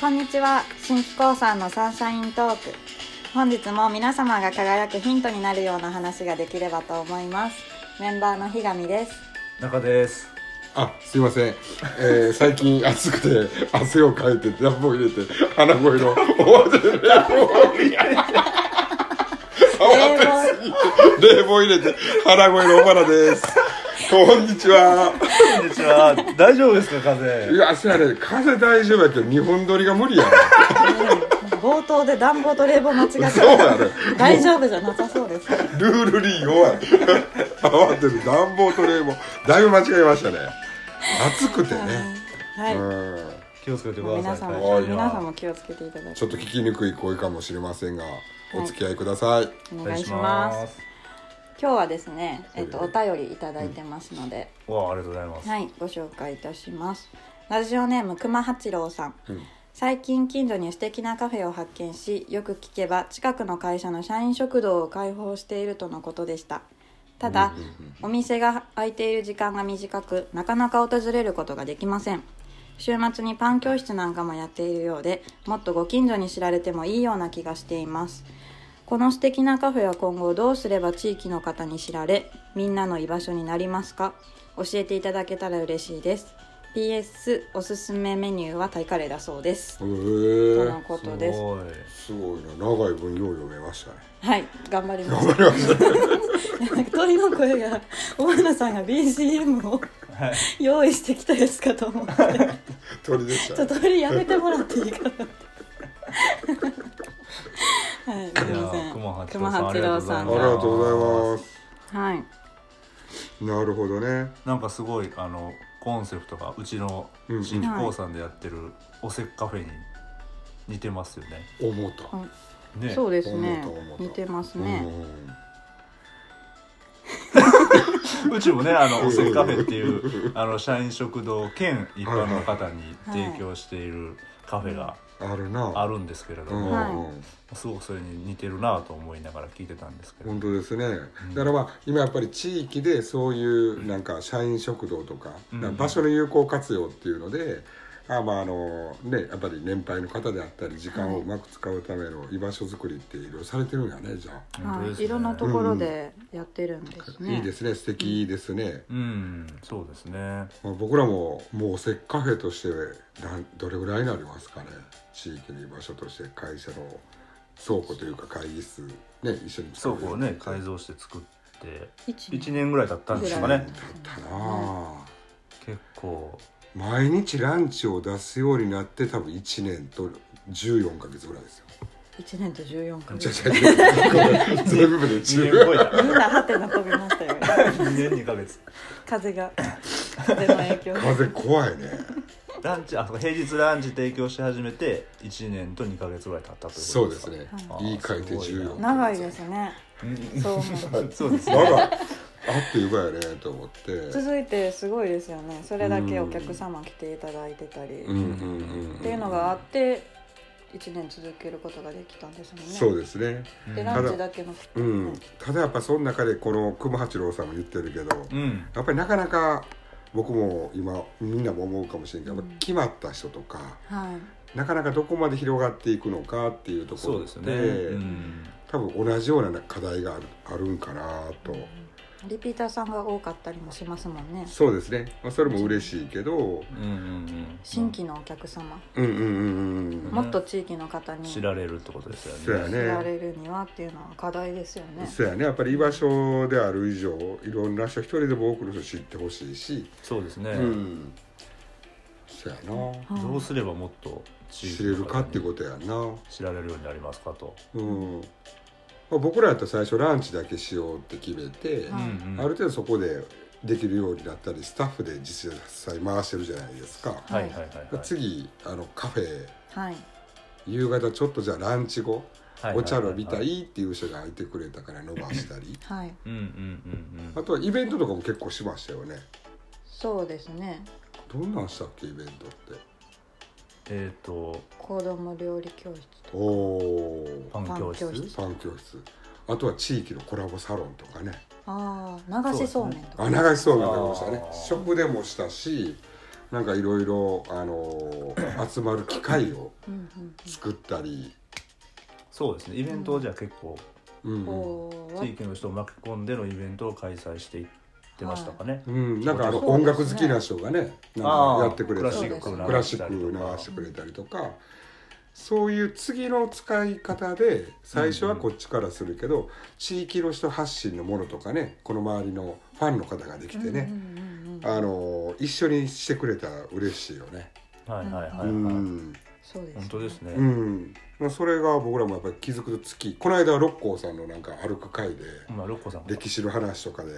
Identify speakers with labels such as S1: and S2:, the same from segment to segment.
S1: こんにちは新規興産のサンシャイントーク本日も皆様が輝くヒントになるような話ができればと思いますメンバーの日上です
S2: 中です
S3: あすいません、えー、最近暑くて汗をかいて暖房入れて鼻声のお味で冷房を入れて慌てすぎて冷房入れて鼻声のおばらですこんにちは
S2: こんにちは大丈夫ですか風
S3: いやせやね風大丈夫やけど日本撮りが無理やね
S1: 冒頭で暖房と冷房間違って
S3: そうやね
S1: 大丈夫じゃなさそうです
S3: ルールに弱い慌てる暖房と冷房だいぶ間違えましたね暑くてね、
S1: はい、
S3: うん
S2: 気をつけてください
S1: 皆さん
S2: 体
S1: も
S2: 調に
S1: 皆
S2: は
S1: さんも気をつけていただき
S3: ちょっと聞きにくい声かもしれませんがお付き合いください、
S1: お願いします今日はですね、えっと、お便りいただいてますので、
S2: わあありがとうございます、
S1: はいご紹介いたしますラジオネーム熊八郎さん
S3: うん
S1: 最近近所に素敵なカフェを発見しよく聞けば近くの会社の社員食堂を開放しているとのことでしたただ、お店が開いている時間が短くなかなか訪れることができません週末にパン教室なんかもやっているようでもっとご近所に知られてもいいような気がしていますこの素敵なカフェは今後どうすれば地域の方に知られみんなの居場所になりますか教えていただけたら嬉しいです PS おすすめメニューはタイカレーだそうです
S3: へえ
S1: とのことですす。
S2: ごい
S3: すごいな長い文よう読めましたね
S1: はい、頑張りま
S3: 頑
S1: す。
S3: 張りましたね
S1: なんか鳥の声が、小花さんが BGM を用意してきたやつかと思って、
S3: 鳥でし
S1: ち
S3: た
S1: ょっ
S3: ね
S1: と鳥やめてもらっていいかなって。 はい、すみません。
S2: 熊八郎さん
S3: あ
S2: あ
S3: り
S2: り
S3: が
S2: がと
S3: とう
S2: う
S3: ご
S2: ござ
S3: ざい
S2: いま
S3: ます
S1: はい。
S3: なるほどね
S2: なんかすごいあのコンセプトがうちの
S3: うん
S2: 新規興産でやってるおせっカフェに似てますよね
S3: 思った
S1: あ
S2: ね
S1: そうですね
S3: 思った思っ。た
S1: 似てます
S3: う
S1: ね。
S3: ん
S2: うちもねあのおせっカフェっていうあの社員食堂兼一般の方に提供しているカフェが
S3: あるな
S2: あるんですけれど
S3: うん
S2: も、
S1: はい
S2: すごくそれに似てるなと思いながら聞いてたんですけど、
S3: 本当ですね、だからまあ今やっぱり地域でそういうなんか社員食堂とか,、
S2: うん
S3: 場所の有効活用っていうのであまああのねやっぱり年配の方であったり時間をうまく使うための居場所作りっていろいろされてるんやねじゃあ、
S2: 本当
S1: は
S2: です
S1: い、
S2: ね
S1: いろんなところでやってるんですね。
S3: いいですね素敵ですね、
S2: うんそうですね
S3: まあ、僕らももうおせっカフェとしてなんどれぐらいになりますかね地域の居場所として会社の倉庫というか会議室ね一緒に
S2: 倉庫をね
S3: 使う
S2: 改
S3: よ
S2: 造して作って
S1: 一年
S2: 1年ぐらい経ったんですか
S3: うに
S1: ぐら
S3: ないっ
S2: ね
S3: たなあ、
S2: 結構
S3: 毎日ランチを出すようになって多分1年と14か月ぐらいですよ
S1: 一年と十四ヶ
S3: じゃ
S1: 月。
S3: じゃじゃ全部で
S2: 2
S3: 10
S2: 年超えた
S1: みんなハテナ飛びましたよ。
S2: 2年2ヶ月
S1: 風が、風の影響 で。
S3: 風怖いね
S2: ランチあそう平日ランチ提供し始めて1年と2ヶ月ぐらい経ったということですか
S3: そうですね
S2: あー
S3: 言い換えて
S2: すごい
S3: 14
S2: な
S1: 長いですね。そう思う。
S2: そうです
S3: なん
S2: ね
S3: かあっという間やねと思って
S1: 続いてすごいですよねそれだけお客様来ていただいてたり、
S3: うん
S1: っ
S3: うんうんうん
S1: ていうのがあって1年続けることができたんですもんね
S3: そうですね
S1: でランチだけの、
S3: うん、ただやっぱその中でこの熊八郎さんも言ってるけど、
S2: うん
S3: やっぱりなかなか僕も今みんなも思うかもしれんけど、やっぱ決まった人とか
S1: はい
S3: なかなかどこまで広がっていくのかっていうところ
S2: そうですよね、うん
S3: 多分同じような課題があるあるんかなと、
S1: リピーターさんが多かったりもしますもんね
S3: そうですね、まあ、それも嬉しいけど
S2: うんうん
S1: 新規のお客様、
S3: うんうんうんうん
S1: もっと地域の方
S2: うん
S1: に
S2: 知
S1: 知ら
S2: られるってことですよね
S3: そうやね
S1: れるにはっていうのは課題ですよね
S3: そうやねやっぱり居場所である以上いろんな人一人でも多くの人知ってほしいし、
S2: そうですね、
S3: うんそうやな
S1: はい
S2: どうすればもっと地
S3: 知
S2: 域
S3: れ
S2: の方に
S3: るかってことやんな
S2: 知られるようになりますかと、
S3: うんまあ、僕らやったら最初ランチだけしようって決めて、
S1: はい
S2: うんうん
S3: ある程度そこでできるようになったりスタッフで実際回してるじゃないですか、
S2: はいはいはいはい、
S3: 次あのカフェ
S1: はい
S3: 夕方ちょっとじゃあランチ後、
S2: はいはいはいはい
S3: お茶飲みたいっていう人が空いてくれたから伸ばした り
S1: はい
S2: うんうんうんう
S3: あ
S2: ん
S3: とはイベントとかも結構しましたよね
S1: そうですね
S3: どんなんしたっけイベントって
S2: えっ、と
S1: 子供料理教室
S3: おお
S2: パン教室
S1: パン教室
S3: パン教室あとは地域のコラボサロンとかね
S1: ああ流しそうめんとか、
S3: あ流しそうめんとかもしたね
S2: あー
S3: 食でもしたしなんかいろいろあのー集まる機会を
S1: うんうん
S3: 作ったり、
S2: そうですねイベントをじゃあ結構
S3: うん
S1: うんおー
S2: 地域の人を巻き込んでのイベントを開催していってましたかね、
S3: うん、なんかあの
S1: そう
S3: 音
S1: ですね
S3: 楽好きな人がねなん
S2: あ
S3: か
S2: あ
S3: やってくれた
S1: クラシ
S3: り
S1: ック
S3: クラシック流してくれたりとか、そういう次の使い方で最初はこっちからするけど、地域の人発信のものとかねこの周りのファンの方ができて
S1: う
S3: ね、
S1: んうんうん
S3: あの一緒にしてくれたら嬉しいよね。
S2: はいはいはいはい、
S3: うん
S1: そうですね
S2: 本当ですね、
S3: うん、まあそれが僕らもやっぱり気づくと月この間は六甲さんのなんか歩く会で
S2: まあロッコさんが
S3: 歴史の話とかで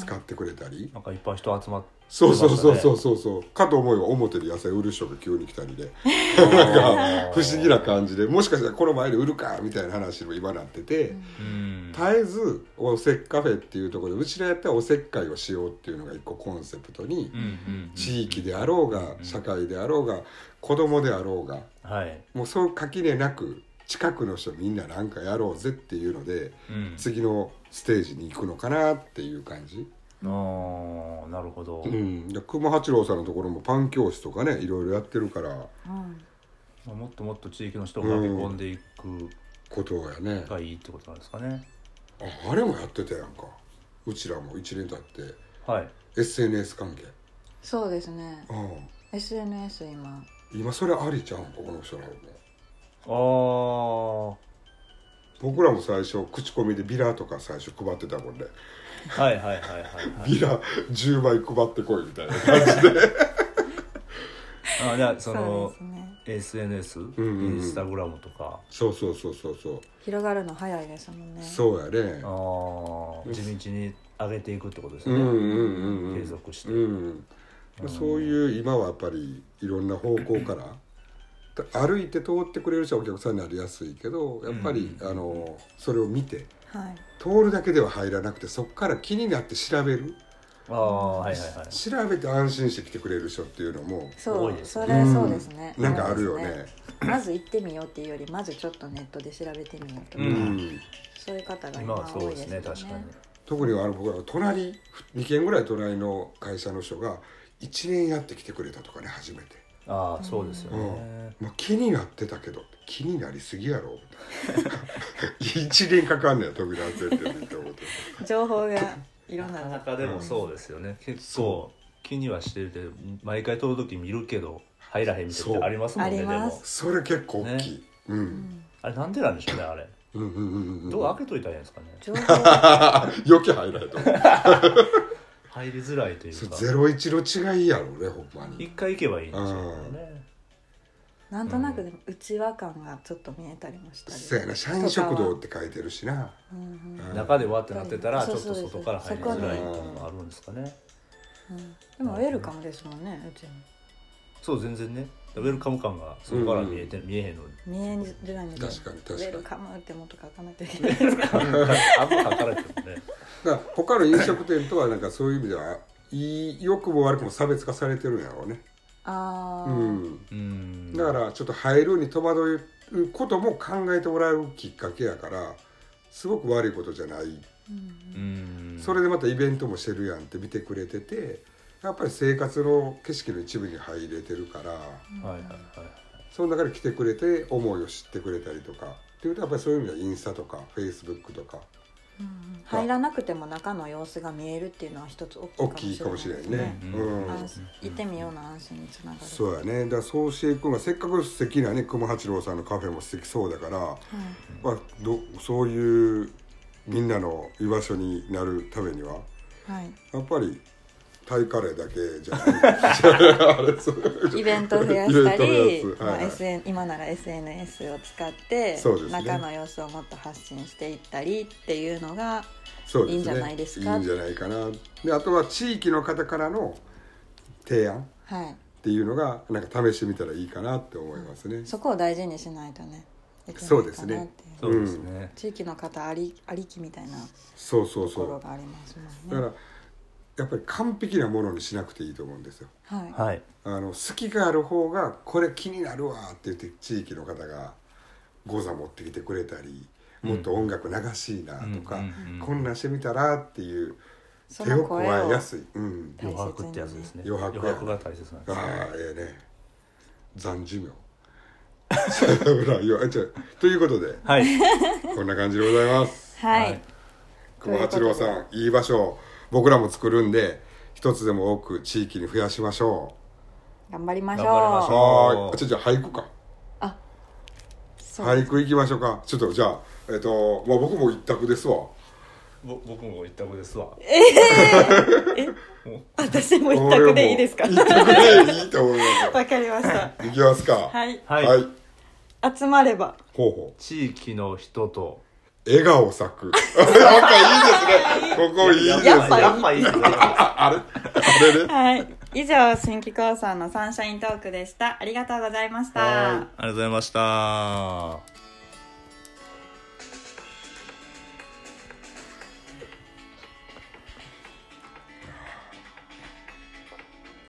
S3: 使ってくれたり、
S2: なんかいっぱい人集まって
S3: そうそうそうそうそうそうかと思えば表で野菜売る人が急に来たりでなんか不思議な感じでもしかしたらこの前で売るかみたいな話にも今なってて、
S2: うん
S3: 絶えずおせっカフェっていうところでうちらやったらおせっかいをしようっていうのが一個コンセプトに、
S2: うんうん
S3: 地域であろうが社会であろうが子供であろうが
S2: はい、
S3: もうそういう垣根なく近くの人みんななんかやろうぜっていうので
S2: うん、
S3: 次のステージに行くのかなっていう感じ。
S2: あーなるほど、
S3: うん、で熊八郎さんのところもパン教室とかねいろいろやってるから
S1: うん
S2: まあもっともっと地域の人を駆け込んでいく
S3: ことやね
S2: がいいってことなんですかね、
S3: ああれもやってたやんかうちらも1年経って
S2: はい
S3: SNS 関係、
S1: そうですね
S3: うん
S1: SNS 今
S3: 今それありちゃうんこの人らも
S2: ああ
S3: 僕らも最初口コミでビラとか最初配ってたもんね
S2: はいはいはいはい、はい、
S3: ビラ10枚配ってこいみたいな
S2: あじゃあその
S1: そうですね
S2: SNS、
S3: んうん
S2: インスタグラムとか
S3: そうそうそうそうそう、
S1: 広がるの早いですもんねう
S3: そうやね
S2: あー地道に上げていくってことです
S3: う
S2: ね、
S3: んうんうんうん
S2: 継続して、
S3: うん、そういう今はやっぱりいろんな方向から歩いて通ってくれる人はお客さんになりやすいけどやっぱり、
S2: うん
S3: あのそれを見て
S1: はい
S3: 通るだけでは入らなくてそこから気になって調べる
S2: ああはいはいはい
S3: 調べて安心して来てくれる人っていうのも
S1: そ
S2: 多いうです
S1: それ
S2: ね
S1: そうですね
S3: なんかあるよね
S1: そうですまず行ってみようっていうよりまずちょっとネットで調べてみようとか、
S2: う
S3: うんん、
S1: そういう方が今
S2: 今はそう
S1: 多い
S2: で
S1: ですす
S2: ね
S1: よね
S2: 確かに
S3: 特にあの僕ら隣2軒ぐらい隣の会社の人が1年やって来てくれたとかね初めて、
S2: ああそうですよ
S3: う
S2: ね、
S3: んまあ、気になってたけど気になりすぎやろみたいな一年かかんねや扉開けてるって思って。
S1: 情報がいろんな
S2: なか
S1: の
S2: なかでもそうですよね、結構気にはしてるけど毎回撮る時見るけど入らへんみたいなのってありますもん
S1: そ
S2: ねで
S1: うありま
S2: も
S1: す
S3: それ結構大きい、うん、
S2: あれなんでなんでしょうねあれ
S3: うんうんうんうん
S2: どう開けといたらいいんですかね
S1: 情報
S3: 余計入らないと思う
S2: 入りづらいという
S3: そ
S2: か
S3: うゼロ一の違いやろねほんまに
S2: 一回行けばいいんでしょうけどね
S1: なんとなくでも内輪感がちょっと見えたりもしたり
S3: そうやな社員食堂って書いてるしな
S1: うんうん
S3: うん
S2: 中でわってなってたらち
S1: そう
S2: ょっと
S1: そうです
S2: 外から入りづらいっていうのもあるんですかね
S1: うんでもウェルカムですもんねうちも
S2: そう全然ねウェルカム感がそこから見えて、見えへんのに
S1: 見えづらいんで
S3: 確かに確かに
S1: ウェルカムってもっと書かないといけ ないですか
S2: あんま書かれてもね
S3: だから他の飲食店とはなんかそういう意味ではいい良くも悪くも差別化されてるんやろうね
S1: あ
S3: う
S1: あ、
S3: ん
S2: うん
S3: だからちょっと入るに戸惑うことも考えてもらうきっかけやからすごく悪いことじゃない
S1: うん
S2: うん
S3: それでまたイベントもしてるやんって見てくれててやっぱり生活の景色の一部に入れてるから
S2: はいはいはい
S3: その中で来てくれて思いを知ってくれたりとかっていうとやっぱりそういう意味ではインスタとかフェイスブックとか
S1: うん入らなくても中の様子が見えるっていうのは一つ
S3: 大
S1: 大
S3: き
S1: き
S3: い
S1: い
S3: か
S1: か
S3: も
S1: も
S3: し
S1: し
S3: れ
S1: れない
S3: な
S1: い
S3: ね
S1: ね。
S3: うん
S1: 安心行ってみようの安心につながる
S3: そうやねだからそうしていくのがせっかく素敵なね熊八郎さんのカフェも素敵そうだから、まあ、どそういうみんなの居場所になるためには
S1: はい、
S3: やっぱりタイカレーだけじゃない
S1: イベントを増やした
S3: イベ
S1: り、
S3: ントを増やす
S1: ま
S3: はい
S1: あ、SN 今なら SNS を使って、
S3: そうですね
S1: 中の様子をもっと発信していったりっていうのが
S3: そうですね
S1: いいんじゃないですか
S3: いいんじゃないかなであとは地域の方からの提案
S1: はい
S3: っていうのがなんか試してみたらいいかなって思いますね、
S1: そこを大事にしないとねできないかなってい
S3: そうですね
S2: そうですね、
S1: 地域の方ありありきみたいな
S3: そうそう
S1: とこ
S3: そ
S1: ろ
S3: う
S1: がありますも
S3: だ
S1: ん
S3: か
S1: ね
S3: らやっぱり完璧なものにしなくていいと思うんですよ
S1: はい、
S2: はい
S3: あの隙がある方がこれ気になるわって言って地域の方がゴザ持ってきてくれたりもっと音楽流しいなとか、
S2: うんうんうん
S3: こんなんしてみたらっていう
S1: そ
S3: 手
S1: の
S3: を
S1: 声
S3: 加え
S1: を
S3: やすい、うん、
S1: 大切に
S2: 余白ってやつですね
S3: 余白や
S2: が大切なんで
S3: あ
S2: すね
S3: あええね残寿命 ほらよあ違うということで
S2: はい
S3: こんな感じでございます
S1: は
S2: はいい
S3: 久保八郎さんいい場所を僕らも作るんで一つでも多く地域に増やしましょ
S1: 頑張りましょう
S2: 頑張りま
S3: う
S2: しょ
S3: は
S2: おー
S3: ーいあちょじゃあ俳句か
S1: そう
S3: 俳句行きましょうかちょっとじゃあえっ、とまあ僕も一択ですわ
S2: ぼ僕も一択ですわ
S1: 私も一択でいいですか
S3: 俺も一択でいいと思いま
S1: わかりました
S3: すいきますかは
S1: はい
S2: はい、
S1: 集まれば
S3: 候補
S2: 地域の人と
S3: 笑顔咲く やっぱいいですねここいいですね
S1: やっぱり
S2: やっぱいいですね
S3: ああれあれね
S1: はい以上新規構想のサンシャイントークでしたありがとうございました、
S3: はい
S2: ありがとうございました。